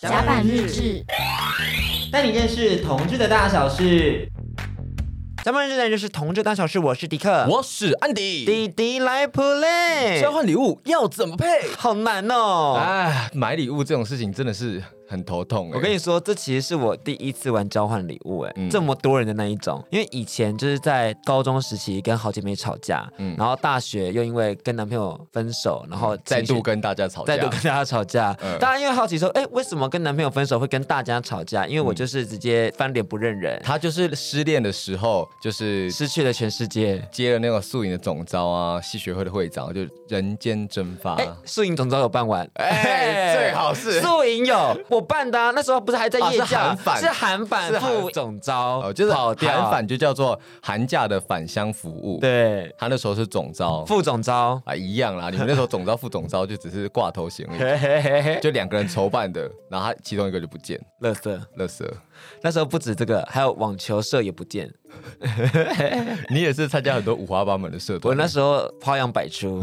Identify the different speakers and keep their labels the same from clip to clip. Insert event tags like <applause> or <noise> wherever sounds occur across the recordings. Speaker 1: 甲板日志，
Speaker 2: 带你认识同志的大小事。甲板日志带你认识同志大小事，我是迪克，
Speaker 3: 我是安迪。
Speaker 2: 弟弟来 play，
Speaker 3: 交换礼物要怎么配？
Speaker 2: 好难哦。
Speaker 3: 哎，买礼物这种事情真的是很头痛、欸。
Speaker 2: 我跟你说，这其实是我第一次玩交换礼物、哎、
Speaker 3: 嗯
Speaker 2: 这么多人的那一种。因为以前就是在高中时期跟好姐妹吵架，
Speaker 3: 嗯
Speaker 2: 然后大学又因为跟男朋友分手，然后
Speaker 3: 再
Speaker 2: 情绪
Speaker 3: 度跟大家吵架，
Speaker 2: 再度跟大家吵架。
Speaker 3: 嗯
Speaker 2: 大家因为好奇说，哎、为什么跟男朋友分手会跟大家吵架？因为我就是直接翻脸不认人，
Speaker 3: <laughs> 嗯他就是失恋的时候，就是
Speaker 2: 失去了全世界。
Speaker 3: 接了那个素影的总招啊，系学会的会长，就人间蒸发。
Speaker 2: 哎、宿营总招有办完，
Speaker 3: 啊哎最好是
Speaker 2: 宿营有我办的、啊，那时候不是还在
Speaker 3: 啊
Speaker 2: 夜
Speaker 3: 是
Speaker 2: 校，
Speaker 3: 韩版
Speaker 2: 是韩版
Speaker 3: 是韩
Speaker 2: 副总招，
Speaker 3: 哦，就是
Speaker 2: 跑掉啊
Speaker 3: 韩返就叫做寒假的返乡服务。，
Speaker 2: 对
Speaker 3: 他那时候是总招
Speaker 2: 副总招，
Speaker 3: 啊，一样啦。你们那时候总招副总招就只是挂头衔而已，
Speaker 2: <laughs> 嘿嘿嘿嘿，
Speaker 3: 就两个人筹办的，然后他其中一个就不见，
Speaker 2: 乐色。
Speaker 3: 乐色。
Speaker 2: 那时候不止这个，还有网球社也不见。
Speaker 3: 你也是参加很多五花八门的社
Speaker 2: 我
Speaker 3: 团，
Speaker 2: 那时候花样百
Speaker 3: <laughs>
Speaker 2: 出，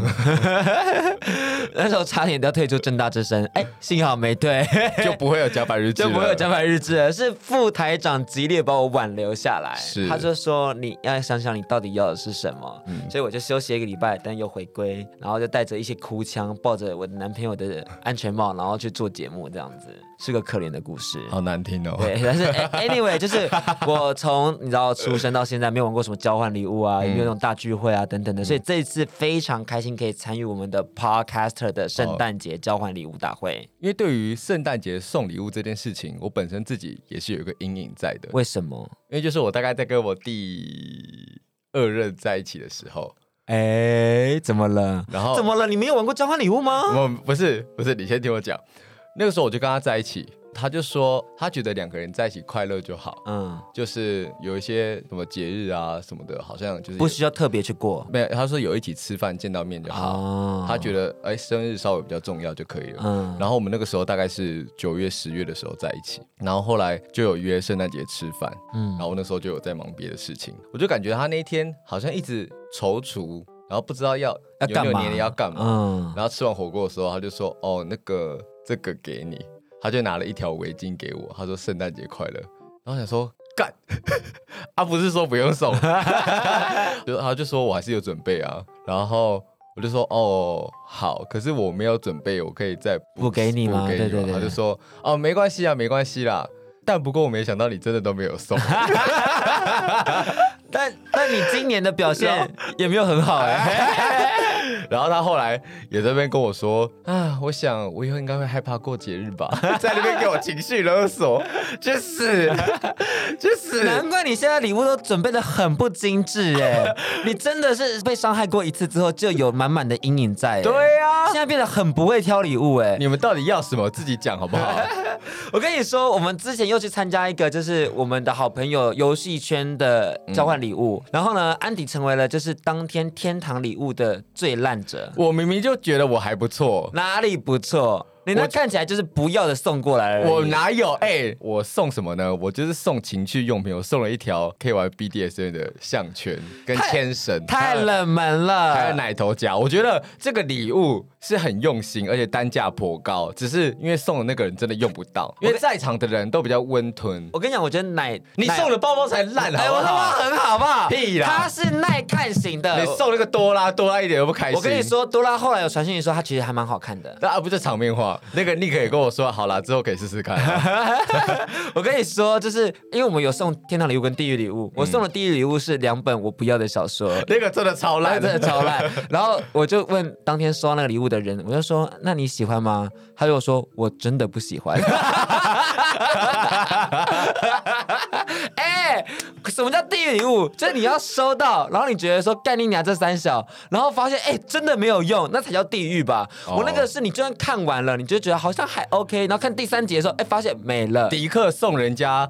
Speaker 2: 那时候差点都要退出正大之声，哎，幸好没退。
Speaker 3: <laughs> 就不会有甲板日志
Speaker 2: 就
Speaker 3: 了，
Speaker 2: 不会有甲板日志了，是副台长极力把我挽留下来，
Speaker 3: 是
Speaker 2: 他就说你要想想你到底要的是什么，
Speaker 3: 嗯
Speaker 2: 所以我就休息一个礼拜，但又回归，然后就带着一些哭腔，抱着我男朋友的安全帽，然后去做节目，这样子是个可怜的故事。
Speaker 3: 好难听哦。
Speaker 2: 对，但 <laughs> 是 anyway，就是我从你知道出生到现在没有玩过什么交换礼物啊，
Speaker 3: 嗯
Speaker 2: 也没有那种大聚会啊等等的，所以这一次非常开心可以参与我们的 podcaster 的圣诞节交换礼物大会。
Speaker 3: 因为对于圣诞节送礼物这件事情，我本身自己也是有一个阴影在的，因
Speaker 2: 为什么？
Speaker 3: 为就是我大概在跟我第二任在一起的时候，
Speaker 2: 哎，怎么了？
Speaker 3: 然后
Speaker 2: 怎么了？你没有玩过交换礼物吗？
Speaker 3: 我不是不是，你先听我讲，那个时候我就跟他在一起，他就说他觉得两个人在一起快乐就好，
Speaker 2: 嗯，
Speaker 3: 就是有一些什么节日啊什么的，好像就是
Speaker 2: 嗯不需要特别去过
Speaker 3: 没有，他说有一起吃饭见到面就好，
Speaker 2: 哦
Speaker 3: 他觉得哎、生日稍微比较重要就可以了。
Speaker 2: 嗯，
Speaker 3: 然后我们那个时候大概是九月、十月的时候在一起，然后后来就有约圣诞节吃饭，
Speaker 2: 嗯
Speaker 3: 嗯，然后那时候就有在忙别的事情，我就感觉他那一天好像一直踌躇，然后不知道要
Speaker 2: 要干
Speaker 3: 扭扭
Speaker 2: 嘛？
Speaker 3: 捏捏要干嘛，
Speaker 2: 嗯，
Speaker 3: 然后吃完火锅的时候他就说哦那个这个给你，他就拿了一条围巾给我，他说圣诞节快乐，然后我想说。干， <laughs> 啊不是说不用
Speaker 2: <laughs>
Speaker 3: 送，就他就说我还是有准备啊，然后我就说哦好，可是我没有准备，我可以再
Speaker 2: 补给你吗
Speaker 3: 补给
Speaker 2: 对对对
Speaker 3: 他就说哦没关系啊，没关系啦。但不过我没想到你真的都没有送，
Speaker 2: 但但你今年的表现也没有很好哎。
Speaker 3: <laughs> 然后他后来也在那边跟我说啊，我想我以后应该会害怕过节日吧， <laughs> 在那边给我情绪勒索， <laughs> 去 <laughs> 死，去死！
Speaker 2: 难怪你现在礼物都准备的很不精致哎，
Speaker 3: <laughs>
Speaker 2: 你真的是被伤害过一次之后就有满满的阴影在。
Speaker 3: 对啊
Speaker 2: 呀、现在变得很不会挑礼物哎。
Speaker 3: 你们到底要什么自己讲好不
Speaker 2: <laughs>
Speaker 3: 好？
Speaker 2: 我跟你说，我们之前又去参加一个，就是我们的好朋友游戏圈的交换礼物，
Speaker 3: 嗯
Speaker 2: 然后呢，安迪成为了就是当天天堂礼物的最烂者，
Speaker 3: 我明明就觉得我还不错，
Speaker 2: 哪里不错？你那
Speaker 3: 我
Speaker 2: 看起来就是不要的送过来了。
Speaker 3: 我？哪有？哎、我送什么呢？我就是送情趣用品，我送了一条 K Y B D S 的项圈跟牵绳，
Speaker 2: 太
Speaker 3: 还有。
Speaker 2: 冷门
Speaker 3: 还有
Speaker 2: 了。
Speaker 3: 奶头夹，我觉得这个礼物是很用心，而且单价颇高。只是因为送的那个人真的用不到，因为在场的人都比较温吞。
Speaker 2: 我跟你讲，我觉得奶
Speaker 3: 你送
Speaker 2: 的
Speaker 3: 的包包才烂，
Speaker 2: 哎，我
Speaker 3: 好不
Speaker 2: 他妈
Speaker 3: 好？
Speaker 2: 很好不好？
Speaker 3: 屁啦
Speaker 2: 他是耐看型的。
Speaker 3: 你送那个多拉多拉一点都不开心。
Speaker 2: 我跟你，说，多拉后来有传讯息说他其实还蛮好看的。
Speaker 3: 那啊不是场面话，那个 Nick 也跟我说，好啦，之后可以试试看啊。 <laughs>
Speaker 2: 我跟你说，就是因为我们有送天堂礼物跟地狱礼物，我送的地狱礼物是两本我不要的小说。
Speaker 3: 那个真的超
Speaker 2: 那
Speaker 3: 烂，
Speaker 2: 真的超
Speaker 3: <laughs>
Speaker 2: 烂。然后我就问当天收到那个礼物的人，我就说：“那你喜欢吗？”他就说：“我真的不喜欢。”哎、什么叫地狱礼物？就是你要收到，然后你觉得说干你娘这三小，然后发现哎、真的没有用，那才叫地狱吧。
Speaker 3: 哦
Speaker 2: 我那个是你就算看完了，你就觉得好像还 OK，然后看第三集的时候，哎、发现没了。
Speaker 3: 迪克送人家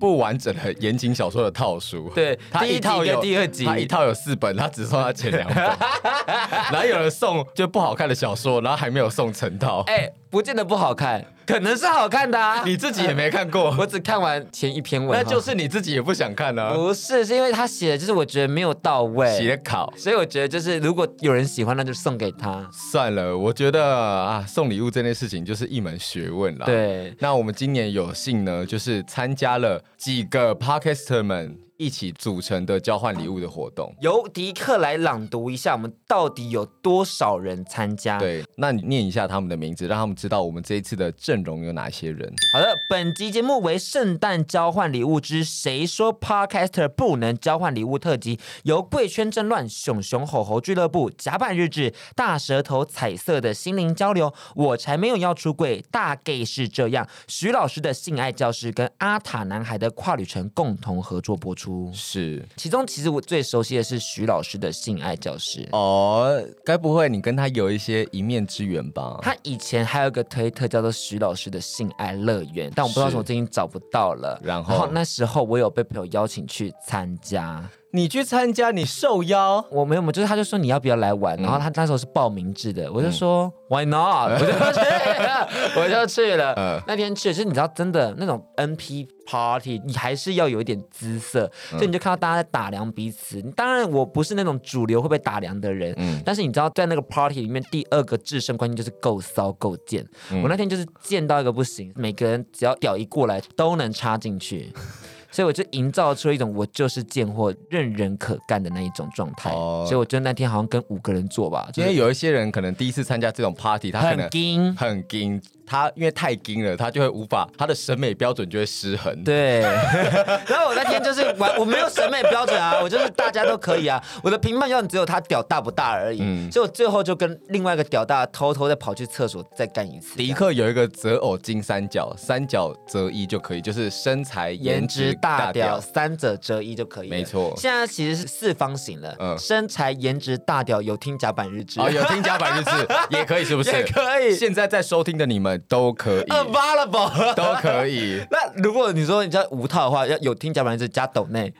Speaker 3: 不完整的言情小说的套书，
Speaker 2: 对
Speaker 3: <laughs> 他
Speaker 2: 第一
Speaker 3: 一套
Speaker 2: 集跟
Speaker 3: 有
Speaker 2: 第二集
Speaker 3: 他一套有四本，他只
Speaker 2: <laughs>
Speaker 3: 送他前两本，然后有人送就不好看的小说，然后还没有送成套，
Speaker 2: 哎、不见得不好看，可能是好看的啊。
Speaker 3: 你自己也没看过，
Speaker 2: 我只看完前一篇文，
Speaker 3: 那就是你自己也不想看
Speaker 2: 哈
Speaker 3: 啊。
Speaker 2: 不是，是因为他写的就是我觉得没有到位，
Speaker 3: 写考
Speaker 2: 所以我觉得就是如果有人喜欢，那就送给他。
Speaker 3: 算了，我觉得啊，送礼物这件事情就是一门学问啦。。
Speaker 2: 对，
Speaker 3: 那我们今年有幸呢，就是参加了几个 podcaster 们一起组成的交换礼物的活动。
Speaker 2: 由迪克来朗读一下，我们到底有多少人参加？
Speaker 3: 对，那你念一下他们的名字，让他们知道我们这一次的阵容有哪些人。
Speaker 2: 好的，本集节目为圣诞交换礼物之“谁说 Podcaster 不能交换礼物”特辑，由贵圈争乱、熊熊吼吼俱乐部、甲板日志、大舌头彩色的心灵交流，我才没有要出柜，大 gay 是这样，徐老师的性爱教室跟阿塔男孩的跨旅程共同合作播出。
Speaker 3: 是
Speaker 2: 其中，其实我最熟悉的是徐老师的性爱教室。
Speaker 3: 哦，该不会你跟他有一些一面之缘吧？
Speaker 2: 他以前还有一个推特叫做徐老师的性爱乐园，但我不知道为什么
Speaker 3: 是
Speaker 2: 最近找不到了。
Speaker 3: 然后
Speaker 2: 那时候我有被朋友邀请去参加，
Speaker 3: 你去参加，你受邀。
Speaker 2: 我没有，就是他就说你要不要来
Speaker 3: 嗯
Speaker 2: 玩，然后他那时候是报名制的，我就说、Why not？我就
Speaker 3: <laughs>
Speaker 2: 去了，我就去了。
Speaker 3: 嗯
Speaker 2: 那天去，就是你知道，真的那种 NP party，你还是要有一点姿色，
Speaker 3: 嗯
Speaker 2: 所以你就看到大家在打量彼此。当然，我不是那种主流会被打量的人，
Speaker 3: 嗯
Speaker 2: 但是你知道，在那个 party 里面，第二个制胜关键就是够骚够贱。
Speaker 3: 嗯
Speaker 2: 我那天就是贱到一个不行，每个人只要屌一过来都能插进
Speaker 3: <laughs>
Speaker 2: 去，所以我就营造出一种我就是贱货，任人可干的那一种状态。
Speaker 3: 哦
Speaker 2: 所以我觉得那天好像跟五个人做吧，就
Speaker 3: 因为
Speaker 2: 是
Speaker 3: 有一些人可能第一次参加这种 party，他可
Speaker 2: 很
Speaker 3: 能
Speaker 2: 硬。
Speaker 3: 很硬，他因为太硬了，他就会无法，他的审美标准就会失衡。 <laughs>
Speaker 2: 对，然后我那天就是完，我没有审美标准啊， <laughs> 我就是大家都可以啊，我的评判标准只有他屌大不大而已，
Speaker 3: 嗯
Speaker 2: 所以我最后就跟另外一个屌大偷偷再跑去厕所再干一次，
Speaker 3: 迪克有一个择偶金三角，三角择一就可以，就是身材、
Speaker 2: 颜
Speaker 3: 颜值
Speaker 2: 值、大屌，
Speaker 3: 屌。
Speaker 2: 三者择一就可以了。
Speaker 3: 没错
Speaker 2: 现在其实是四方形了，
Speaker 3: 嗯
Speaker 2: 身材、颜值、大屌有听甲板日志， <laughs>
Speaker 3: 哦，有听甲板日志 <laughs> 也可以，是不是？
Speaker 2: 也可以
Speaker 3: 现在在收听的你们都可以，
Speaker 2: <laughs> available，
Speaker 3: <laughs> 都可以
Speaker 2: 那如果你说你叫无套的话，要有听甲板日志加抖内，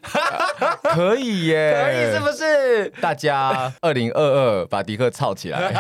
Speaker 3: 可以耶，
Speaker 2: 可以是不是？ <laughs>
Speaker 3: 大家二零二二把迪克操起来，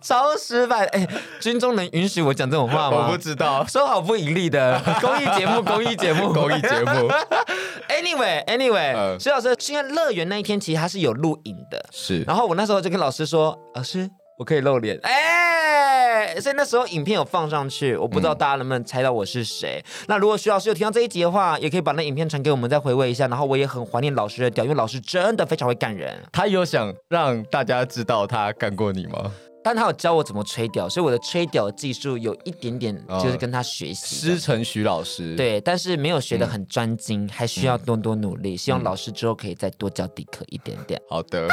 Speaker 2: 超失败！哎，军中能允许我讲这种话吗？
Speaker 3: <laughs> 我不知道
Speaker 2: 说好不盈利的公益节目，公益节目，
Speaker 3: <laughs> 公益节目
Speaker 2: <laughs> Anyway，Anyway，、
Speaker 3: 嗯
Speaker 2: 所以老师，因为乐园那一天其实他是有录影的，
Speaker 3: 是
Speaker 2: 然后我那时候就跟老师说：“老师，我可以露脸。”哎，所以那时候影片有放上去，我不知道大家能不能猜到我是谁。那如果徐老师有听到这一集的话，也可以把那影片传给我们，再回味一下。然后我也很怀念老师的屌，因为老师真的非常会干人，
Speaker 3: 他有想让大家知道他干过你吗？
Speaker 2: 但他有教我怎么吹屌，所以我的吹屌技术有一点点就是跟他学习的。
Speaker 3: 师承徐老师，，
Speaker 2: 对，但是没有学得很专精，还需要多多努力。希望老师之后可以再多教迪克一点点。
Speaker 3: 好的。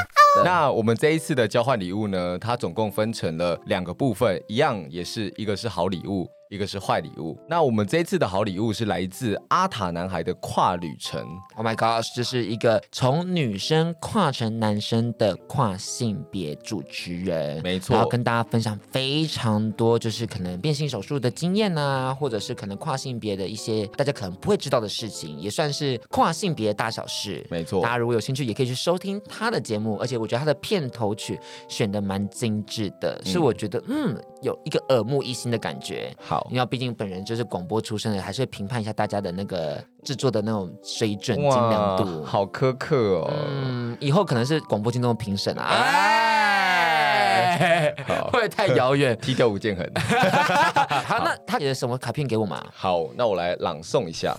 Speaker 3: 那我们这一次的交换礼物呢，它总共分成了两个部分，一样也是一个是好礼物，一个是坏礼物。那我们这一次的好礼物是来自阿塔男孩的跨旅程，
Speaker 2: Oh my gosh，这是一个从女生跨成男生的跨性别主持人，
Speaker 3: 没错
Speaker 2: 然后跟大家分享非常多，就是可能变性手术的经验啊，或者是可能跨性别的一些大家可能不会知道的事情，也算是跨性别大小事。
Speaker 3: 没错
Speaker 2: 大家如果有兴趣，也可以去收听他的节目，而且我觉得他的片头曲选的蛮精致的，是我觉得嗯有一个耳目一新的感觉。
Speaker 3: 好
Speaker 2: 因为毕竟本人就是广播出身的，还是会评判一下大家的那个制作的那种水准、精良度。
Speaker 3: 好苛刻哦。
Speaker 2: 嗯，以后可能是广播金钟的评审啊。
Speaker 3: 哎
Speaker 2: 哎， <laughs>
Speaker 3: 好？
Speaker 2: 会不会太遥远
Speaker 3: 踢掉吴建衡。
Speaker 2: 好，那他写的什么卡片给我们啊？
Speaker 3: 好，那我来朗诵一下。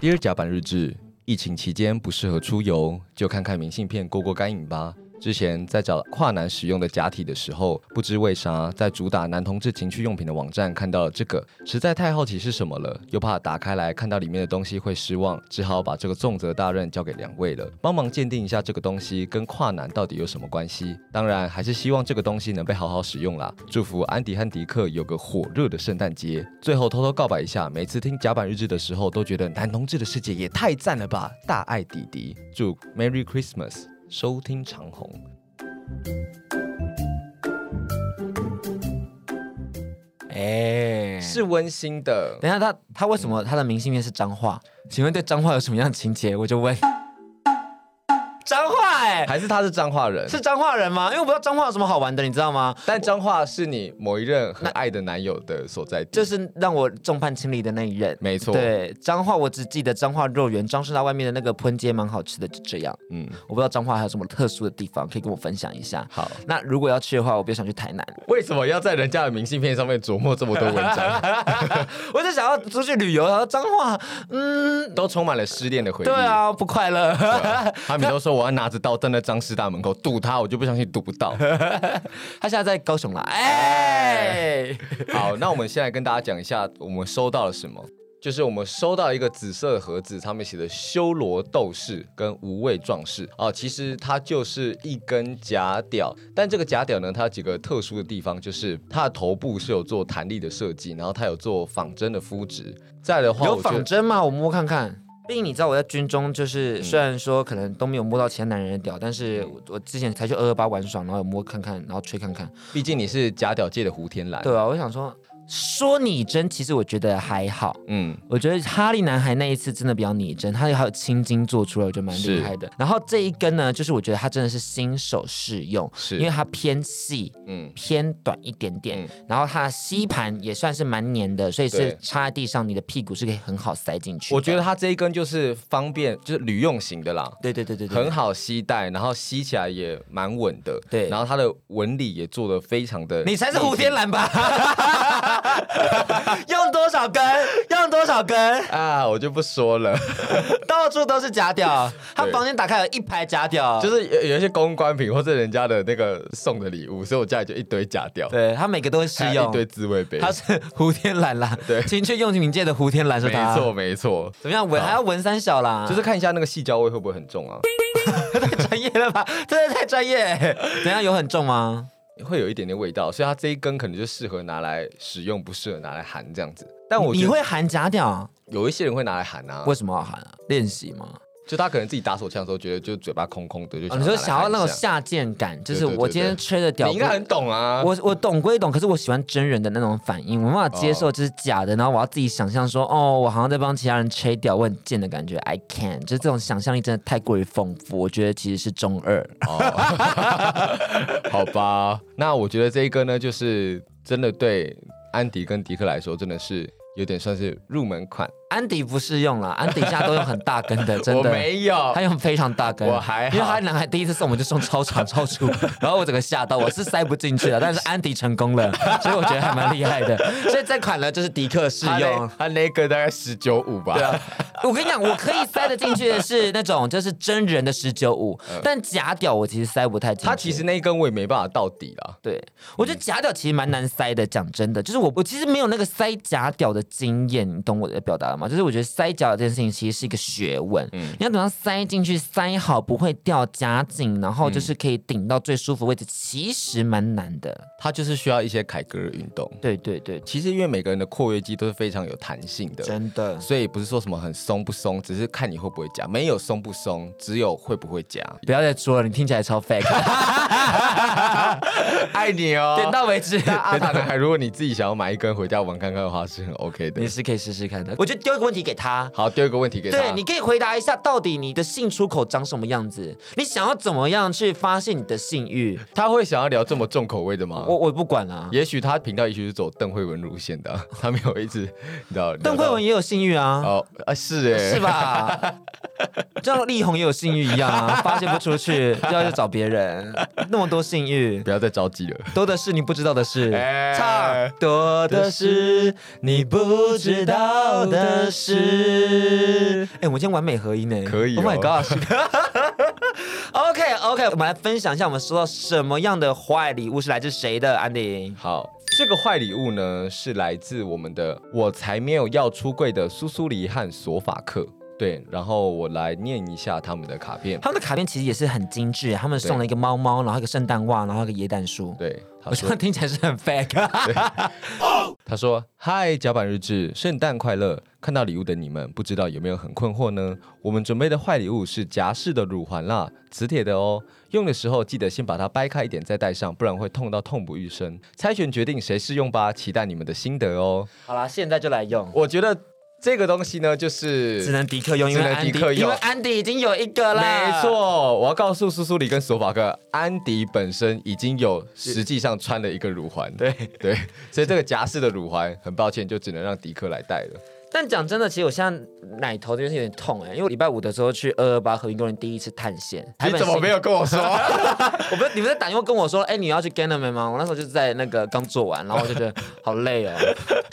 Speaker 3: 第二甲板日志，疫情期间不适合出游，就看看明信片过过干瘾吧。之前在找跨男使用的假体的时候，不知为啥在主打男同志情趣用品的网站看到了这个，实在太好奇是什么了，又怕打开来看到里面的东西会失望，只好把这个重责大任交给两位了，帮忙鉴定一下这个东西跟跨男到底有什么关系。当然，还是希望这个东西能被好好使用啦。祝福安迪和迪克有个火热的圣诞节。最后偷偷告白一下，每次听甲板日志的时候，都觉得男同志的世界也太赞了吧！大爱迪迪，祝 Merry Christmas，收听长虹。
Speaker 2: 哎，
Speaker 3: 是温馨的，
Speaker 2: 等一下他他为什么他的明信片是脏话？请问对脏话有什么样的情节？我就问。脏话哎、
Speaker 3: 还是他是彰化人？
Speaker 2: 是彰化人吗？因为我不知道彰化有什么好玩的，你知道吗？
Speaker 3: 但彰化是你某一任很爱的男友的所在地，
Speaker 2: 就是让我众叛亲离的那一任。
Speaker 3: 没错。，
Speaker 2: 对，彰化我只记得彰化肉圆，彰师大外面的那个喷街蛮好吃的，就这样。
Speaker 3: 嗯，
Speaker 2: 我不知道彰化还有什么特殊的地方可以跟我分享一下。
Speaker 3: 好。
Speaker 2: 那如果要去的话，我比较想去台南，
Speaker 3: 为什么要在人家的明信片上面琢磨这么多文章？
Speaker 2: 我就想要出去旅游。然后彰化，嗯，
Speaker 3: 都充满了失恋的回忆。
Speaker 2: 对啊，不快乐。
Speaker 3: 他们都说我要拿着刀站在张师大门口堵他，我就不相信堵不
Speaker 2: <laughs>
Speaker 3: 到。
Speaker 2: 他现在在高雄啦，哎、
Speaker 3: 好，那我们先来跟大家讲一下我们收到了什么。就是我们收到一个紫色的盒子，上面写的“修罗斗士”跟“无畏壮士”啊、其实它就是一根假屌，但这个假屌呢，它有几个特殊的地方，就是它的头部是有做弹力的设计，然后它有做仿真的肤质。再的话，
Speaker 2: 有
Speaker 3: 我觉得
Speaker 2: 仿真吗？我摸看看。毕竟你知道我在军中，就是虽然说可能都没有摸到其他男人的屌，但是我我之前才去二二八玩爽，然后有摸看看，然后吹看看。
Speaker 3: 毕竟你是假屌界的胡天蓝，
Speaker 2: 对啊，我想说说你真，其实我觉得还好。
Speaker 3: 嗯，
Speaker 2: 我觉得哈利男孩那一次真的比较拟真，他还有青筋做出来，我觉得蛮厉害的。然后这一根呢，就是我觉得它真的是新手适用，
Speaker 3: 是，
Speaker 2: 因为它偏细
Speaker 3: 嗯，
Speaker 2: 偏短一点点，然后它的吸盘也算是蛮黏的，所以是
Speaker 3: 对
Speaker 2: 插在地上，你的屁股是可以很好塞进去的。
Speaker 3: 我觉得它这一根就是方便，就是旅用型的啦。
Speaker 2: 对对对对对，
Speaker 3: 很好吸带，然后吸起来也蛮稳的，
Speaker 2: 对
Speaker 3: 然后它的纹理也做的非常的，
Speaker 2: 你才是胡天蓝吧？
Speaker 3: <laughs>
Speaker 2: 用多少根？用多少根？
Speaker 3: 啊，我就不
Speaker 2: <laughs>
Speaker 3: 说了，
Speaker 2: 到处都是假屌。他
Speaker 3: 对
Speaker 2: 房间打开有一排假屌，
Speaker 3: 就是是有有一些公关品或者人家的那个送的礼物，所以我家里就一堆假掉，
Speaker 2: 对他每个都会试
Speaker 3: 还有
Speaker 2: 用
Speaker 3: 一。堆自慰杯，
Speaker 2: 他是胡天蓝啦，
Speaker 3: <laughs> 对
Speaker 2: 情趣用品界的胡天蓝是
Speaker 3: 没
Speaker 2: 他。啊
Speaker 3: 错，没错，
Speaker 2: 怎么样闻还要闻三小啦？
Speaker 3: 就是看一下那个细胶味会不会很重啊，
Speaker 2: 太专业了吧？真的太专业。等一下有很重吗？
Speaker 3: 会有一点点味道，所以它这一根可能就适合拿来使用，不适合拿来含这样子。但我
Speaker 2: 你
Speaker 3: 觉得啊
Speaker 2: 会含假屌？
Speaker 3: 有一些人会拿来含啊，
Speaker 2: 为什么要含啊？练习吗？
Speaker 3: 就他可能自己打手枪的时候，觉得就嘴巴空空的，就
Speaker 2: 哦你说想要那种
Speaker 3: 下。
Speaker 2: 下贱感，就是
Speaker 3: 对对对
Speaker 2: 我今天吹的屌
Speaker 3: 你应该很懂啊。
Speaker 2: 我我懂归懂，可是我喜欢真人的那种反应，我没办
Speaker 3: 哦
Speaker 2: 法接受这是假的，然后我要自己想象说，哦，我好像在帮其他人吹掉，我很贱的感觉，I can，就是这种想象力真的太过于丰富，我觉得其实是中二。
Speaker 3: 哦 <laughs> 好吧，那我觉得这一个呢，就是真的对安迪跟迪克来说，真的是有点算是入门款。
Speaker 2: 安迪不适用啦，安迪现在都用很大根
Speaker 3: <laughs>
Speaker 2: 的，真
Speaker 3: 我
Speaker 2: 的。
Speaker 3: 没有
Speaker 2: 他，用非常大根，
Speaker 3: 我还好
Speaker 2: 因为他男孩第一次送我们就送超长超
Speaker 3: <laughs>
Speaker 2: 粗，然后我整个吓到，我是塞不进去的，但是安迪成功了，所以我觉得还蛮厉害
Speaker 3: <laughs>
Speaker 2: 的。所以这款呢就是迪克适
Speaker 3: 他
Speaker 2: 用啊
Speaker 3: 那，他那个大概十九五吧。
Speaker 2: 对啊，我跟你讲，我可以塞得进去的是那种就是真人的十九五，但假屌我其实塞不太进去。
Speaker 3: 呃他其实那一根我也没办法到底啦。
Speaker 2: 对我觉得假屌其实蛮难塞的，讲真的，就是我我其实没有那个塞假屌的经验，你懂我的表达吗？就是我觉得塞假屌这件事情其实是一个学问，你要怎么样塞进去，塞好不会掉夹紧，然后就是可以顶到最舒服位置，其实蛮难的。
Speaker 3: 他就是需要一些凯格尔运动。
Speaker 2: 对对对，
Speaker 3: 其实因为每个人的括约肌都是非常有弹性的，
Speaker 2: 真的。
Speaker 3: 所以不是说什么很松不松，只是看你会不会夹。没有松不松，只有会不会夹。
Speaker 2: <laughs> 不要再说了，你听起来超 <laughs> fake，
Speaker 3: 爱你哦
Speaker 2: 点到为止。
Speaker 3: 但
Speaker 2: <laughs>
Speaker 3: 阿塔男孩，如果你自己想要买一根回家玩看看的话，是很 OK 的
Speaker 2: 你。是可以试试看的。我就丢一个问题给他，
Speaker 3: 好，第二个问题给他。
Speaker 2: 对，你可以回答一下，到底你的性出口长什么样子？你想要怎么样去发现你的性欲？
Speaker 3: 他会想要聊这么重口味的吗？
Speaker 2: 我我不管啊啦、
Speaker 3: 啊也许他频道也许是走邓慧文路线的啊， <laughs> 他没有一直你知道。
Speaker 2: 邓慧文
Speaker 3: 聊
Speaker 2: 也有性欲
Speaker 3: 到
Speaker 2: 啊，
Speaker 3: 哦啊是哎、
Speaker 2: 是？
Speaker 3: <laughs>
Speaker 2: 吧？就像力宏也有性欲一样啊，发泄不出
Speaker 3: <laughs>
Speaker 2: 去，就要去找别人，那么多性欲。
Speaker 3: 不要再着急了。
Speaker 2: 多的是你不知道的事，
Speaker 3: 哎
Speaker 2: 唱多的是你不知道的事。哎、我们今天完美合音呢，
Speaker 3: 可以哦
Speaker 2: Oh my god！OK OK，我们来分享一下我们收到什么样的坏礼物是来自谁的？安迪，
Speaker 3: 好，这个坏礼物呢是来自我们的“我才没有要出柜”的苏苏黎和索法克。对，然后我来念一下他们的卡片。
Speaker 2: 他们的卡片其实也是很精致，他们送了一个猫猫，然后一个圣诞袜，然后一个椰蛋树。
Speaker 3: 对，他
Speaker 2: 我觉
Speaker 3: 说
Speaker 2: 得听起来是很 <laughs> fake。
Speaker 3: 他说：“嗨，甲板日志，圣诞快乐！看到礼物的你们，不知道有没有很困惑呢？我们准备的坏礼物是夹式的乳环啦，磁铁的哦。用的时候记得先把它掰开一点再戴上，不然会痛到痛不欲生。猜拳决定谁试用吧，期待你们的心得哦。
Speaker 2: 好啦，现在就来用。
Speaker 3: 我觉得这个东西呢，就是
Speaker 2: 只能迪克用，因为
Speaker 3: 只能
Speaker 2: 安
Speaker 3: 迪
Speaker 2: 迪
Speaker 3: 克，用
Speaker 2: 因为安迪已经有一个了，
Speaker 3: 没。错，我要告诉苏苏里跟索法克，安迪本身已经有实际上穿了一个乳环，
Speaker 2: 对
Speaker 3: 对，所以这个夹式的乳环，很抱歉就只能让迪克来戴了。
Speaker 2: 但讲真的，其实我现在奶头这边是有点痛哎、因为我礼拜五的时候去二二八和平公园第一次探险，台
Speaker 3: 你
Speaker 2: 北
Speaker 3: 怎么
Speaker 2: 新
Speaker 3: 没有跟我说？
Speaker 2: <laughs> 我不是你们在打电话跟我说，哎、你要去 Ganman 吗？我那时候就是在那个刚做完，然后我就觉得好累哦，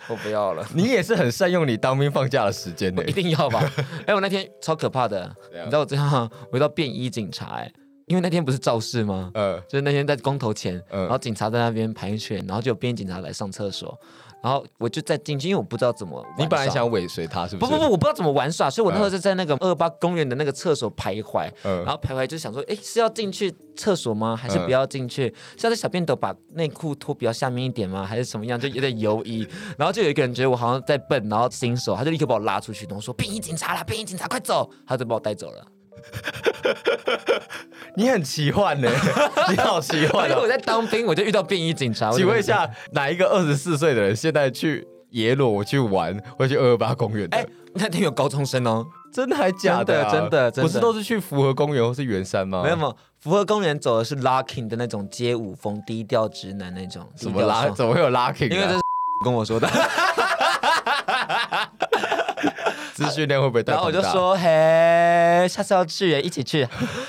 Speaker 2: 我不要了，
Speaker 3: <laughs> 你也是很善用你当兵放假的时间 <laughs> 呢、
Speaker 2: 一定要吧？哎、我那天超可怕的，
Speaker 3: 怎样
Speaker 2: 你知道我这样，我遇到便衣警察哎、因为那天不是肇事吗？
Speaker 3: 呃，
Speaker 2: 就是那天在公投前，
Speaker 3: 嗯
Speaker 2: 然后警察在那边排一圈，然后就有便衣警察来上厕所，然后我就在进去，因为我不知道怎么玩耍。
Speaker 3: 你本来想尾随他是不
Speaker 2: 不
Speaker 3: 是？
Speaker 2: 不不，我不知道怎么玩耍，所以我那时候是在那个二八公园的那个厕所徘徊，
Speaker 3: 嗯
Speaker 2: 然后徘徊就想说，哎，是要进去厕所吗？还是
Speaker 3: 嗯
Speaker 2: 不要进去？是要在小便斗把内裤脱比较下面一点吗？还是什么样？就有点犹疑。然后就有一个人觉得我好像在笨，然后新手，他就立刻把我拉出去，然后说便衣警察啦，便衣警察快
Speaker 3: <laughs>
Speaker 2: 走，
Speaker 3: 啊
Speaker 2: 他就把我带走了。
Speaker 3: 你很奇幻 <laughs> 呢、你好奇幻
Speaker 2: 因为
Speaker 3: 哦、
Speaker 2: 我在当兵，我就遇到便衣警察。
Speaker 3: 请问一下，哪一个二十四岁的人现在去耶鲁去玩，会去二二八公园的？
Speaker 2: 哎，那天有高中生哦，
Speaker 3: 真的还假啊
Speaker 2: 真的真的真的
Speaker 3: 不是都是去符合公园或是圆山吗？
Speaker 2: 没有没有，福和公园走的是 locking 的那种街舞风，低调直男那种。
Speaker 3: 怎么
Speaker 2: 低调
Speaker 3: 拉？
Speaker 2: 爽
Speaker 3: 怎么会有 locking？、啊、
Speaker 2: 因为这是跟我说的。
Speaker 3: 资讯量会不会太
Speaker 2: 然后我
Speaker 3: 庞大
Speaker 2: 就，说，嘿，下次要去耶，一起
Speaker 3: <laughs>
Speaker 2: 去。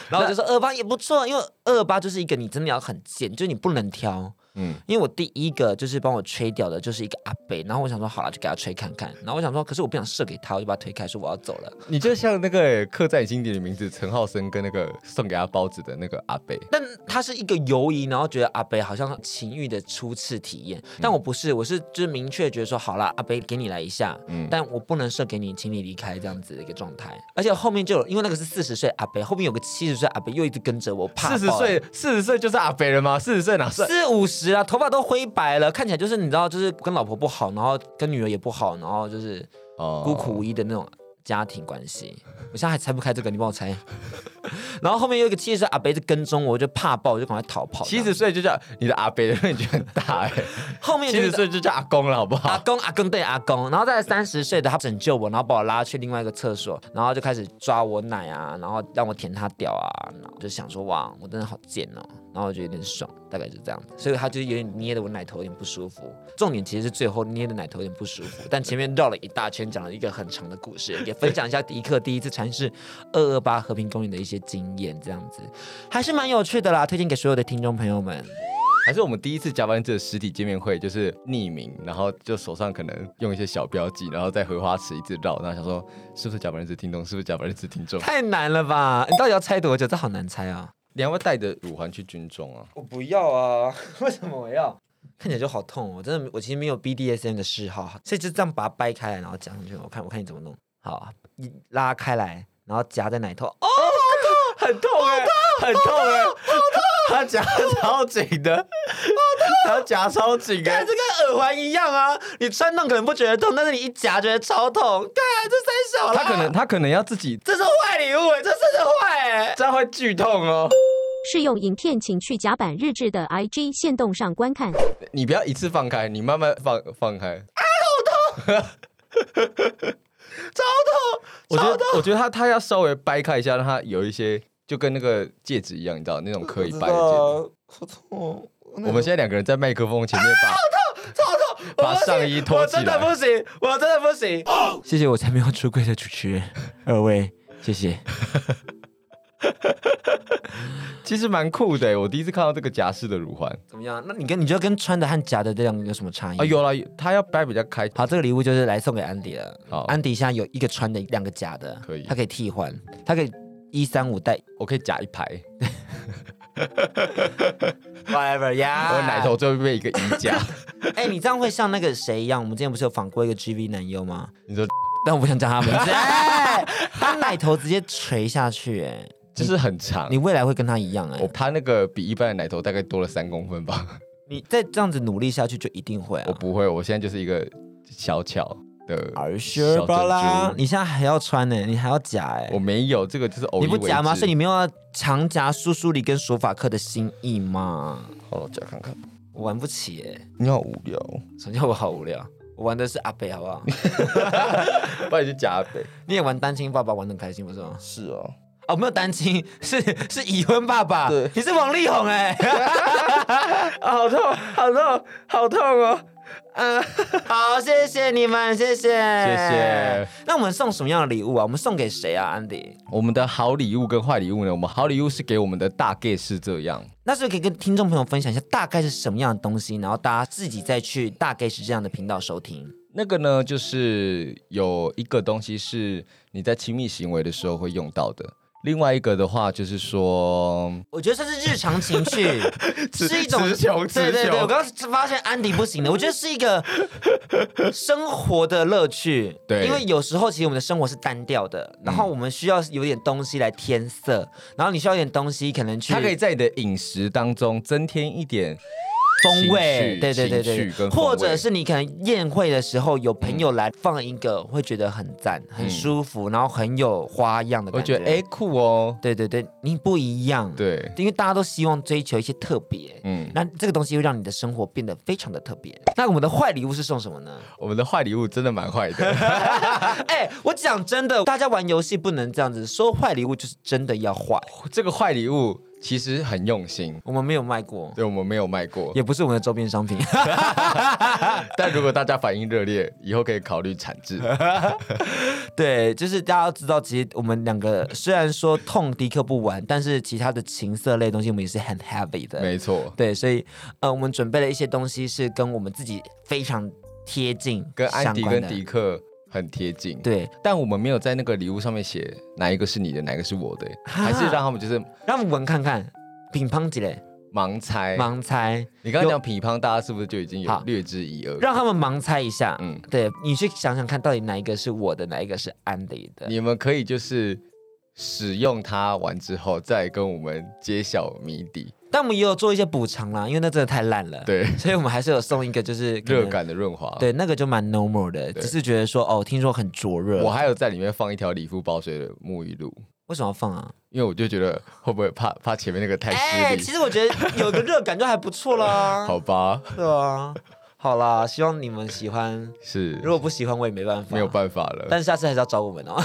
Speaker 2: 然后我就说，二八也不错，因为二八就是一个你真的要很贱，就是你不能挑。
Speaker 3: 嗯，
Speaker 2: 因为我第一个就是帮我吹掉的，就是一个阿北，然后我想说好了，就给他吹看看。然后我想说，可是我不想射给他，我就把他推开，说我要走了。
Speaker 3: 你就像那个欸刻在你心底的名字，陈浩生跟那个送给他包子的那个阿贝，
Speaker 2: 但他是一个犹疑，然后觉得阿北好像情欲的初次体验，
Speaker 3: 嗯
Speaker 2: 但我不是，我是就是明确觉得说好啦，阿北给你来一下，
Speaker 3: 嗯
Speaker 2: 但我不能射给你，请你离开这样子的一个状态。而且后面就有，因为那个是四十岁阿北，后面有个七十岁阿北又一直跟着我，怕爆
Speaker 3: 四十岁，四十岁就是阿贝了吗？四十岁哪算？
Speaker 2: 四五十啊，头发都灰白了，看起来就是你知道，就是跟老婆不好，然后跟女儿也不好，然后就是
Speaker 3: 哦
Speaker 2: 孤苦无依的那种家庭关系。我现在还猜不开这个，你帮我猜。 <laughs> 然后后面有一个七十岁阿伯就跟踪我，我就怕爆，我就赶快逃跑。
Speaker 3: 七十岁就叫你的阿贝的感觉很大哎、 <laughs> 欸，
Speaker 2: 后面
Speaker 3: 七
Speaker 2: 就
Speaker 3: 十
Speaker 2: 是
Speaker 3: 岁就叫阿公了，好不
Speaker 2: 阿
Speaker 3: 好？
Speaker 2: 公阿公对阿公，然后再三十岁的他拯救我，然后把我拉去另外一个厕所，然后就开始抓我奶啊，然后让我舔他屌啊，然后就想说哇，我真的好贱哦，然后我觉得有点爽，大概就是这样子，所以他就有点捏的我奶头有点不舒服，重点其实是最后捏的奶头有点不舒服，但前面绕了一大圈，讲了一个很长的故事，也分享一下迪克第一次尝试二二八和平公园的一些经验，这样子还是蛮有趣的啦，推荐给所有的听众朋友们。
Speaker 3: 还是我们第一次加班制的实体见面会，就是匿名，然后就手上可能用一些小标记，然后在荷花池一直绕，然后想说是不是加班制听众，是不是加班制听众？
Speaker 2: 太难了吧？你到底要猜多久？这好难猜啊！
Speaker 3: 你还会带着乳环去军中啊？
Speaker 2: 我不要啊！ <laughs> 为什么我要？看起来就好痛哦！我真的，我其实没有 BDSM 的嗜好，所以就这样把它掰开来，然后夹上去。我看，我看你怎么弄。好啊，一拉开来，然后夹在奶头。哦，
Speaker 3: 很痛哎、 <laughs> 很痛哎、好痛！啊他夹超紧的，他夹超紧哎、
Speaker 2: 看这跟耳环一样啊！你穿洞可能不觉得痛，但是你一夹觉得超痛。看，这三小啦
Speaker 3: 他可能他可能要自己，
Speaker 2: 这是坏礼物、欸，这真的坏哎、
Speaker 3: 这样会剧痛哦。
Speaker 1: 试用影片请去甲板日志的 IG 线动上观看。
Speaker 3: 你不要一次放开，你慢慢放放开。
Speaker 2: 啊 <laughs>
Speaker 3: 我觉得我觉得他他要稍微掰开一下，让他有一些就跟那个戒指一样，你知道那种可以掰的戒指。
Speaker 2: 好痛哦！
Speaker 3: 我们现在两个人在麦克风前面把
Speaker 2: 超啊痛！
Speaker 3: 把上衣脱
Speaker 2: 我
Speaker 3: 起来
Speaker 2: 真的不行，我真的不行。谢谢我才没有出柜的主持人，二位，谢谢。
Speaker 3: 其实蛮酷的欸，我第一次看到这个夹式的乳环
Speaker 2: 怎么样？那你跟你觉得跟穿的和夹的这两个有什么差异？
Speaker 3: 啊，有了，他要掰比较开，
Speaker 2: 好，这个礼物就是来送给安迪了。
Speaker 3: 好
Speaker 2: 安迪现在有一个穿的，两个夹的，
Speaker 3: 可以
Speaker 2: 他可以替换，他可以一三五
Speaker 3: <laughs>
Speaker 2: 带
Speaker 3: 我可以夹一排，
Speaker 2: whatever 呀、
Speaker 3: 我的奶头。就会被一个衣夹。
Speaker 2: <laughs> 哎、你这样会像那个谁一样？我们之前不是有访过一个 GV 男优吗？
Speaker 3: 你说
Speaker 2: <laughs> 但我不想讲他名
Speaker 3: <laughs>
Speaker 2: 字。哎他奶头直接垂下去、哎，
Speaker 3: 就是很长
Speaker 2: 你，未来会跟他一样、哎
Speaker 3: 我，他那个比一般的奶头大概多了三公分吧。
Speaker 2: 你再这样子努力下去，就一定会、啊。
Speaker 3: 我不会，我现在就是一个小巧的
Speaker 2: 儿
Speaker 3: 小
Speaker 2: 时吧啦
Speaker 3: 珍，珠
Speaker 2: 你现在还要穿呢、你还要夹哎、
Speaker 3: 我没有这个，就是偶一
Speaker 2: 你不
Speaker 3: 为
Speaker 2: 夹吗？
Speaker 3: 之
Speaker 2: 所以你没有要强夹苏苏里跟索法克的心意吗？
Speaker 3: 好了，夹看看。
Speaker 2: 我玩不起哎、
Speaker 3: 你好无聊，
Speaker 2: 什么叫我好无聊？我玩的是阿北，好不好？
Speaker 3: <laughs> 不然你就加倍。
Speaker 2: 你也玩单亲爸爸玩的开心不是吗？
Speaker 4: 是
Speaker 3: 啊
Speaker 4: 哦，
Speaker 2: 哦，没有单亲， <laughs> 是是已婚爸爸
Speaker 4: 对，
Speaker 2: 你是王力宏哎、
Speaker 4: 啊，好痛，好痛，好痛哦！啊，
Speaker 2: 好，谢谢你们，谢谢，谢
Speaker 3: 谢。
Speaker 2: 那我们送什么样的礼物啊？我们送给谁啊，Andy？
Speaker 3: 我们的好礼物跟坏礼物呢？我们好礼物是给我们的大 gay 是这样，
Speaker 2: 那是不是可以跟听众朋友分享一下大概是什么样的东西，然后大家自己再去大概是这样的频道收听。
Speaker 3: 那个呢就是有一个东西是你在亲密行为的时候会用到的，另外一个的话就是说，
Speaker 2: 我觉得算是日常情
Speaker 3: <laughs>
Speaker 2: 趣，是一种
Speaker 3: 词穷词
Speaker 2: 对对对，
Speaker 3: 穷
Speaker 2: 我刚刚发现安迪不行的，我觉得是一个生活的乐趣。
Speaker 3: 对
Speaker 2: 因为有时候其实我们的生活是单调的，然后我们需要有点东西来添色，然后你需要一点东西可能去
Speaker 3: 它可以在你的饮食当中增添一点
Speaker 2: 风
Speaker 3: 情
Speaker 2: 味
Speaker 3: 绪，
Speaker 2: 对对对
Speaker 3: 情绪
Speaker 2: 对
Speaker 3: 跟，风味
Speaker 2: 或者是你可能宴会的时候有朋友来放一个，会觉得很赞、很舒服，然后很有花样的
Speaker 3: 嗯我
Speaker 2: 感
Speaker 3: 觉得哎、酷哦，
Speaker 2: 对对对，你不一样，，
Speaker 3: 对，
Speaker 2: 因为大家都希望追求一些特别，
Speaker 3: 嗯，
Speaker 2: 那这个东西会让你的生活变得非常的特别。那我们的坏礼物是送什么呢？ <laughs>
Speaker 3: 我们的坏礼物真的蛮坏的， <laughs>
Speaker 2: 哎、我讲真的，大家玩游戏不能这样子说，坏礼物就是真的要坏。
Speaker 3: 这个坏礼物其实很用心，
Speaker 2: 我们没有卖过，
Speaker 3: 对我们没有卖过，
Speaker 2: 也不是我们的周边商品。 <laughs>
Speaker 3: 但如果大家反应热烈，以后可以考虑产
Speaker 2: <laughs>
Speaker 3: 制。
Speaker 2: 对，就是大家要知道，其实我们两个虽然说痛迪克不玩，但是其他的情色类的东西我们也是很 heavy 的。
Speaker 3: 没错，
Speaker 2: 对，所以呃，我们准备了一些东西是跟我们自己非常贴近，
Speaker 3: 跟安迪
Speaker 2: 相关
Speaker 3: 跟
Speaker 2: 的
Speaker 3: 迪克很贴近。，
Speaker 2: 对，
Speaker 3: 但我们没有在那个礼物上面写哪一个是你的，哪一个是我的，
Speaker 2: 哈
Speaker 3: 还是让他们就是
Speaker 2: 让我们闻看看。乒乓姐嘞，
Speaker 3: 盲猜。
Speaker 2: 盲猜，
Speaker 3: 你刚刚讲匹乓，大家是不是就已经有
Speaker 2: 好
Speaker 3: 略知一二？
Speaker 2: 让他们盲猜一下。
Speaker 3: 嗯
Speaker 2: 嗯，对你去想想看，到底哪一个是我的，哪一个是安迪的？
Speaker 3: 你们可以就是使用它完之后，再跟我们揭晓谜底。
Speaker 2: 但我们也有做一些补偿啦，因为那真的太烂了。，
Speaker 3: 对，
Speaker 2: 所以我们还是有送一个，就是可能
Speaker 3: 热感的润滑。，
Speaker 2: 对，那个就蛮 normal 的，
Speaker 3: 对
Speaker 2: 只是觉得说哦，听说很灼热，
Speaker 3: 我还有在里面放一条理肤保水的沐浴露，
Speaker 2: 为什么要放啊？
Speaker 3: 因为我就觉得会不会怕怕前面那个太失礼。
Speaker 2: 哎其实我觉得有个热感就还不错啦。
Speaker 3: <laughs> 好，吧，
Speaker 2: 对啊，好啦，希望你们喜欢。
Speaker 3: 是
Speaker 2: 如果不喜欢，我也没办法，
Speaker 3: 没有办法了。
Speaker 2: 但是下次还是要找我
Speaker 3: <laughs>
Speaker 2: 们哦，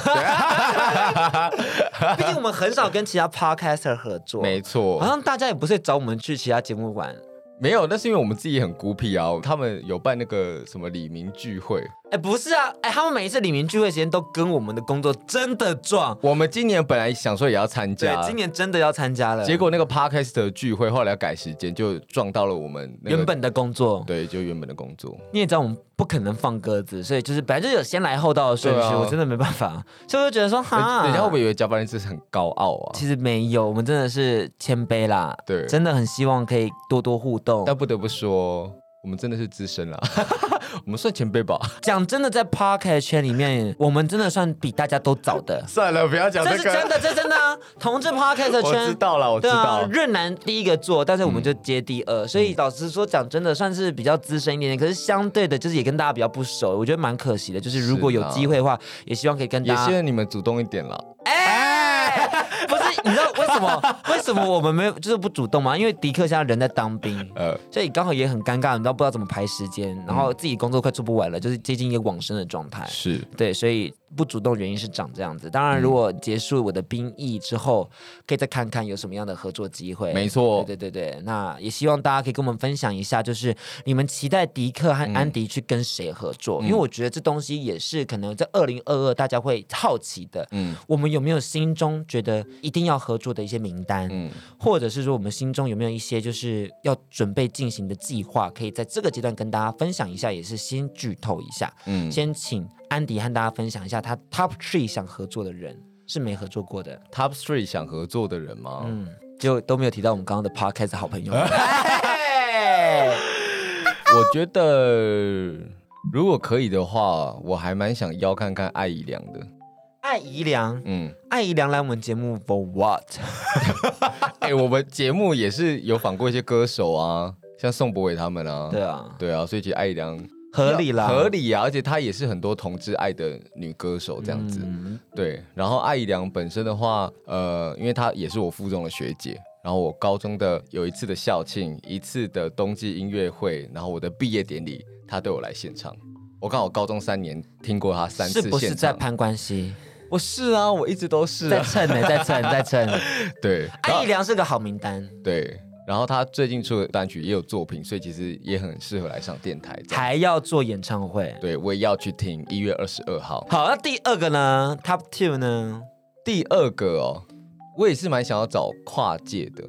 Speaker 2: 毕竟我们很少跟其他 podcaster 合作，
Speaker 3: 没错，
Speaker 2: 好像大家也不是找我们去其他节目玩。
Speaker 3: 没有，那是因为我们自己很孤僻啊。他们有办那个什么李明聚会，
Speaker 2: 哎，不是啊，哎，他们每一次李明聚会时间都跟我们的工作真的撞，
Speaker 3: 我们今年本来想说也要参
Speaker 2: 对
Speaker 3: 加，，呃
Speaker 2: 今年真的要参加了，
Speaker 3: 啊结果那个 podcast 的聚会后来改时间，就撞到了我们、那个
Speaker 2: 原本的工作，
Speaker 3: 对，就原本的工作。
Speaker 2: 你也知道我们不可能放鸽子，所以就是本来就有先来后到的顺序，
Speaker 3: 对啊哎
Speaker 2: 我真的没办法， <laughs> 所以我就觉得说哈，
Speaker 3: 人家会不会以为加班日是很高傲啊？
Speaker 2: 其实没有，我们真的是谦卑啦，
Speaker 3: 对
Speaker 2: 真的很希望可以多多互动。
Speaker 3: 但不得不说，我们真的是资深了， <laughs> 我们算前辈吧。，
Speaker 2: 讲真的，在 Podcast 圈里面，我们真的算比大家都早的
Speaker 3: 算了，不要讲
Speaker 2: 这是真的，这是真的啊！同志 Podcast
Speaker 3: 我
Speaker 2: 圈
Speaker 3: 知。道了，我知
Speaker 2: 对啊
Speaker 3: 道。，嗯
Speaker 2: 润南第一个做，但是我们就接第二，所以老实说，讲真的，算是比较资深一点点。可是相对的，就是也跟大家比较不熟，我觉得蛮可惜的。就是如果有
Speaker 3: 是啊
Speaker 2: 机会的话，也希望可以跟大
Speaker 3: 也
Speaker 2: 家
Speaker 3: 希望你们主动一点啦。
Speaker 2: 哎，
Speaker 3: <laughs>
Speaker 2: 不是，你知道为什么？ <laughs> 为什么我们没有就是不主动吗？因为迪克现在人在当
Speaker 3: <laughs>
Speaker 2: 兵，
Speaker 3: 呃，
Speaker 2: 所以刚好也很尴尬，你知道不知道怎么排时间，然后自己工作快做不完了，就是接近一个往生的状态。
Speaker 3: 是
Speaker 2: 对，所以不主动原因是长这样子。当
Speaker 3: 嗯
Speaker 2: 然，如果结束我的兵役之后，可以再看看有什么样的合作机会。
Speaker 3: 没错
Speaker 2: 对对对对。那也希望大家可以跟我们分享一下，就是你们期待迪克
Speaker 3: 嗯
Speaker 2: 和安迪去跟谁合作，因为我觉得这东西也是可能在二零二二大家会好奇的。
Speaker 3: 嗯
Speaker 2: 嗯，我们有没有心中觉得一定要合作的一些名单？
Speaker 3: 嗯
Speaker 2: 嗯，或者是说我们心中有没有一些就是要准备进行的计划，可以在这个阶段跟大家分享一下，也是先剧透一下。
Speaker 3: 嗯
Speaker 2: 先请安迪和大家分享一下他 Top Three 想合作的人是没合作过的，
Speaker 3: ，Top Three 想合作的人吗？
Speaker 2: 嗯，就都没有提到我们刚刚的 Podcast 好
Speaker 3: <laughs>
Speaker 2: 朋友。哎
Speaker 3: 我觉得如果可以的话，我还蛮想邀看看艾姨良的。
Speaker 2: 艾姨良，
Speaker 3: 嗯，
Speaker 2: 艾姨良来我们节目 for what？
Speaker 3: 哎、我们节目也是有访过一些歌手啊，像宋博伟他们啊。
Speaker 2: 对啊，
Speaker 3: 对啊，所以其实艾姨良
Speaker 2: 合理啦，
Speaker 3: 合理啊，而且她也是很多同志爱的女歌手这样子。
Speaker 2: 嗯
Speaker 3: 对，然后艾姨良本身的话，呃，因为她也是我附中的学姐。然后我高中的有一次的校庆，一次的冬季音乐会，然后我的毕业典礼，她都有来现场。我刚好高中三年听过他三次
Speaker 2: 是
Speaker 3: 现场。
Speaker 2: 不是在攀关系？
Speaker 3: 我是啊，我一直都是
Speaker 2: 在
Speaker 3: 啊。哎
Speaker 2: 蹭呢，在蹭，在蹭。
Speaker 3: <laughs> 对，然
Speaker 2: 安
Speaker 3: 后
Speaker 2: 以良是个好名单，
Speaker 3: 对，然后他最近出的单曲也有作品，所以其实也很适合来上电台这样。
Speaker 2: 还要做演唱会。
Speaker 3: 对，我也要去听一月二十二号。
Speaker 2: 好，那第二个呢？Top Two 呢？
Speaker 3: 第二个哦，我也是蛮想要找跨界的。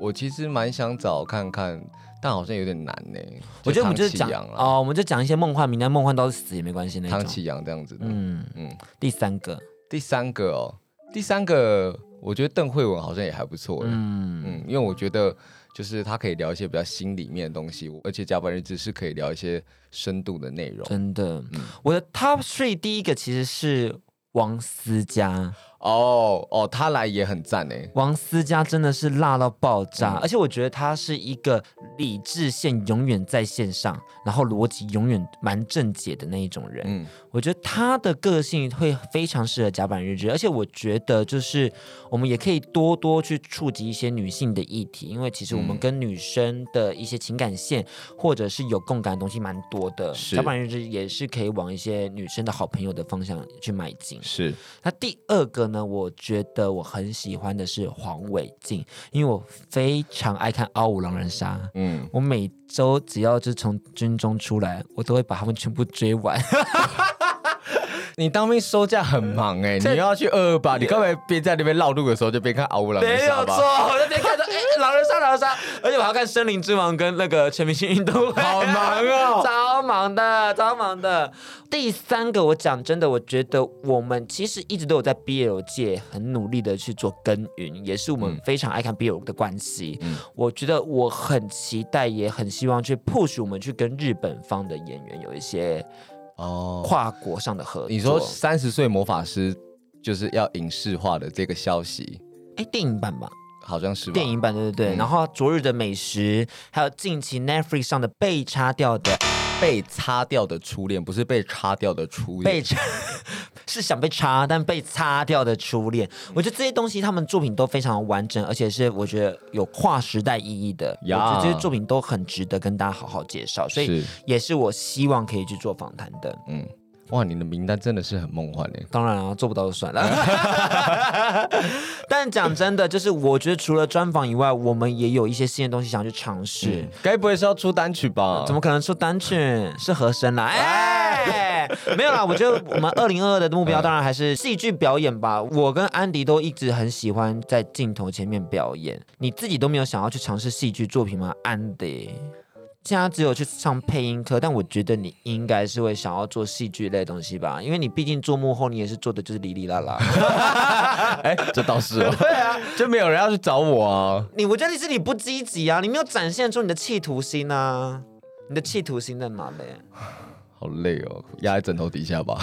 Speaker 3: 我其实蛮想找看看，但好像有点难呢。
Speaker 2: 我觉得我们就
Speaker 3: 就是
Speaker 2: 讲
Speaker 3: 唐启阳啊，
Speaker 2: 哦，我们就讲一些梦幻名单，梦幻到死也没关系那
Speaker 3: 唐
Speaker 2: 种。
Speaker 3: 启阳这样子的。
Speaker 2: 嗯嗯
Speaker 3: 嗯，
Speaker 2: 第三个，
Speaker 3: 第三个哦，第三个我觉得邓慧文好像也还不错。嗯
Speaker 2: 嗯，
Speaker 3: 嗯，因为我觉得就是他可以聊一些比较心里面的东西，而且甲板日志是可以聊一些深度的内容。
Speaker 2: 真的，我的 Top Three 第一个其实是王思佳，
Speaker 3: 哦哦，他来也很赞哎。
Speaker 2: 王思佳真的是辣到爆炸，而且我觉得她是一个理智线永远在线上，然后逻辑永远蛮正解的那一种人。
Speaker 3: 嗯，
Speaker 2: 我觉得他的个性会非常适合甲板日志，而且我觉得就是我们也可以多多去触及一些女性的议题，因为其实我们
Speaker 3: 嗯
Speaker 2: 跟女生的一些情感线、或者是有共感的东西蛮多的。
Speaker 3: 是
Speaker 2: 甲板日志也是可以往一些女生的好朋友的方向去迈进。
Speaker 3: 是
Speaker 2: 那第二个呢，我觉得我很喜欢的是黄伟晋，因为我非常爱看《傲骨狼人杀》。
Speaker 3: 嗯，
Speaker 2: 我每周只要就是从军中出来，我都会把他们全部追完。
Speaker 3: 你当兵收假很忙哎、你又要去二二八，你刚才边在那边绕路的时候就边看阿乌狼人
Speaker 2: 没
Speaker 3: 杀
Speaker 2: 有
Speaker 3: 吧
Speaker 2: 错，？我在边看着，哎、狼人杀，狼人杀，而且我还要看《森林之王》跟那个全明星运动会，
Speaker 3: 好忙
Speaker 2: <laughs>
Speaker 3: 哦
Speaker 2: 超忙的，超忙的。第三个，我讲真的，我觉得我们其实一直都有在 BL 界很努力的去做耕耘，也是我们非常爱看 BL 的关系。
Speaker 3: 嗯
Speaker 2: 我觉得我很期待，也很希望去 push 我们去跟日本方的演员有一些
Speaker 3: 哦，
Speaker 2: 跨国上的合作。
Speaker 3: 你说三十岁魔法师就是要影视化的这个消息，
Speaker 2: 哎、电影版吧？
Speaker 3: 好像是吧？
Speaker 2: 电影版，对对对。
Speaker 3: 嗯
Speaker 2: 然后昨日的美食，还有近期 Netflix 上的被擦掉的
Speaker 3: 被擦掉的初恋，不是被擦掉的初
Speaker 2: 被
Speaker 3: 恋。
Speaker 2: 擦，是想被擦但被擦掉的初恋。我觉得这些东西他们作品都非常完整，而且是我觉得有跨时代意义的。我
Speaker 3: 呀
Speaker 2: 觉得这些作品都很值得跟大家好好介绍，所以
Speaker 3: 是
Speaker 2: 也是我希望可以去做访谈的。
Speaker 3: 嗯，哇，你的名单真的是很梦幻哎。
Speaker 2: 当然啊，做不到就算了。 <laughs> 但讲真的，就是我觉得除了专访以外，我们也有一些新的东西想要去尝试。
Speaker 3: 嗯该不会是要出单曲吧？
Speaker 2: 怎么可能出单曲是和声啦？哎，没有啦，我觉得我们二零二二的目标当然还是戏剧表演吧。我跟安迪都一直很喜欢在镜头前面表演，你自己都没有想要去尝试戏剧作品吗？安迪，现在只有去上配音课，但我觉得你应该是会想要做戏剧类的东西吧，因为你毕竟做幕后，你也是做的就是哩哩啦啦。
Speaker 3: <laughs> 哎，这倒是 <laughs> 哦。对啊，就没有人要去找我啊。
Speaker 2: 你我觉得是你不积极啊，你没有展现出你的企图心啊，你的企图心在哪嘞？
Speaker 3: 好累哦，压在枕头底下吧。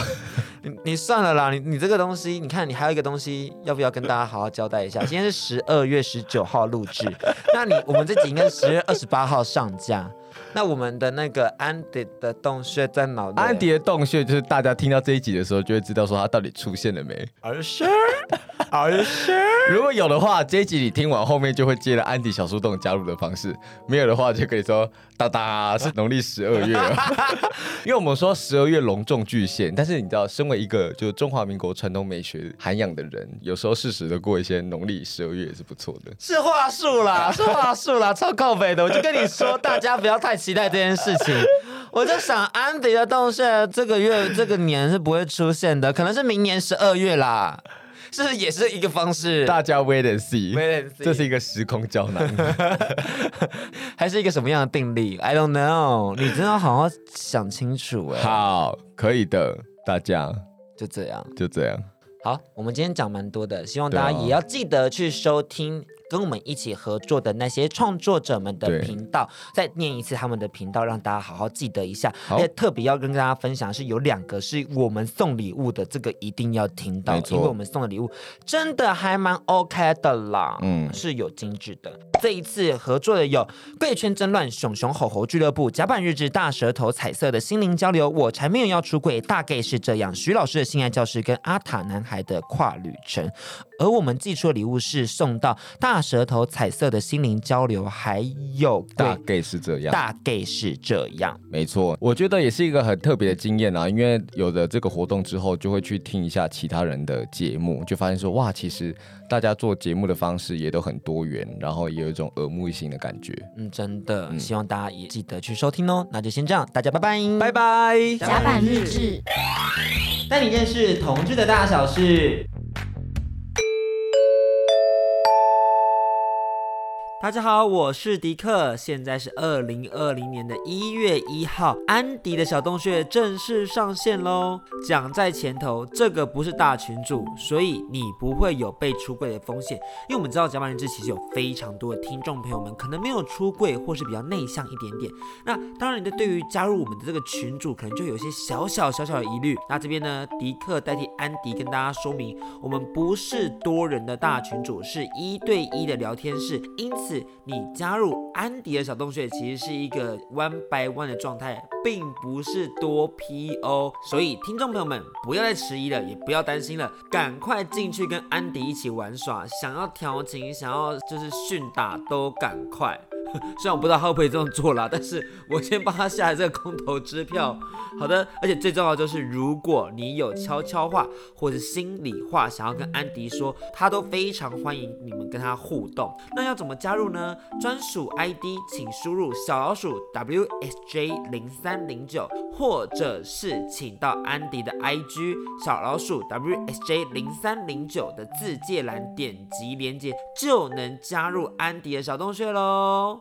Speaker 2: 你你算了啦，你你这个东西，你看你还有一个东西，要不要跟大家好好交代一下？今天是十二月十九号录制，那你我们这集应该是十月二十八号上架。那我们的那个安迪的洞穴在脑袋，
Speaker 3: 安迪的洞穴就是大家听到这一集的时候，就会知道说他到底出现了没。
Speaker 2: 而是而是
Speaker 3: 如果有的话，这一集你听完后面就会接了安迪小树洞加入的方式；没有的话，就可以说哒 <laughs> 哒是农历十二月了，因为我们说十二月隆重巨献。但是你知道，身为一个就是中华民国传统美学涵养的人，有时候适时的过一些农历十二月也是不错的。
Speaker 2: 是话术啦，是话术啦，超靠北的。我就跟你说，大家不要太期待这件事情。我就想，安迪的洞穴这个月这个年是不会出现的，可能是明年十二月啦，是不是也是一个方式？
Speaker 3: <laughs> 大家 wait and see，,
Speaker 2: Wait and see
Speaker 3: 这是一个时空胶囊。
Speaker 2: 还是一个什么样的定力？I don't know，你真的要好好想清楚哎、
Speaker 3: <laughs> 好，可以的，大家
Speaker 2: 就这样。
Speaker 3: 就这样。
Speaker 2: 好，我们今天讲蛮多的，希望
Speaker 3: 对
Speaker 2: 大
Speaker 3: 啊
Speaker 2: 家也要记得去收听跟我们一起合作的那些创作者们的
Speaker 3: 对
Speaker 2: 频道，再念一次他们的频道，让大家好好记得一下。
Speaker 3: 好
Speaker 2: 而且特别要跟大家分享是有两个是我们送礼物的，这个一定要听到，
Speaker 3: 没错
Speaker 2: 因为我们送的礼物真的还蛮 OK 的啦，嗯，
Speaker 3: 嗯
Speaker 2: 是有精致的。这一次合作的有贵圈争乱、熊熊吼吼俱乐部、甲板日志、大舌头、彩色的心灵交流、我才没有要出轨、大概是这样、徐老师的性爱教室跟阿塔男孩的跨旅程。而我们寄出的礼物是送到大舌头彩色的心灵交流，还有
Speaker 3: 大
Speaker 2: 对
Speaker 3: 概是这样。
Speaker 2: 大概是这样。
Speaker 3: 没错，我觉得也是一个很特别的经验啊啦。因为有了这个活动之后，就会去听一下其他人的节目，就发现说哇，其实大家做节目的方式也都很多元，然后也有一种耳目一新的感觉。
Speaker 2: 嗯，真的，希望大家也记得去收听哦。那就先这样，大家拜拜，
Speaker 3: 拜。拜。
Speaker 1: 甲板日志。
Speaker 2: 带你认识同志的大小事。大家好，我是迪克，现在是二零二零年的一月一号，安迪的小洞穴正式上线喽。讲在前头，这个不是大群主，所以你不会有被出柜的风险，因为我们知道甲板日志其实有非常多的听众朋友们可能没有出柜，或是比较内向一点点，那当然，你的对于加入我们的这个群组，可能就有一些小小小小的疑虑。那这边呢，迪克代替安迪跟大家说明，我们不是多人的大群组，是一对一的聊天室。因此，你加入安迪的小洞穴，其实是一个 one by one 的状态，并不是多 PO。所以，听众朋友们不要再迟疑了，也不要担心了，赶快进去跟安迪一起玩耍。想要调情，想要就是训打，都赶快。虽然我不知道他会不会这么做啦， <laughs> 但是我先帮他下了这个空头支票。好的，而且最重要的就是，如果你有悄悄话或者心里话想要跟安迪说，他都非常欢迎你们跟他互动。那要怎么加入呢？专属 ID 请输入小老鼠 WSJ 零三零九，或者是请到安迪的 IG 小老鼠 WSJ 零三零九的字界栏点击连接，就能加入安迪的小洞穴喽。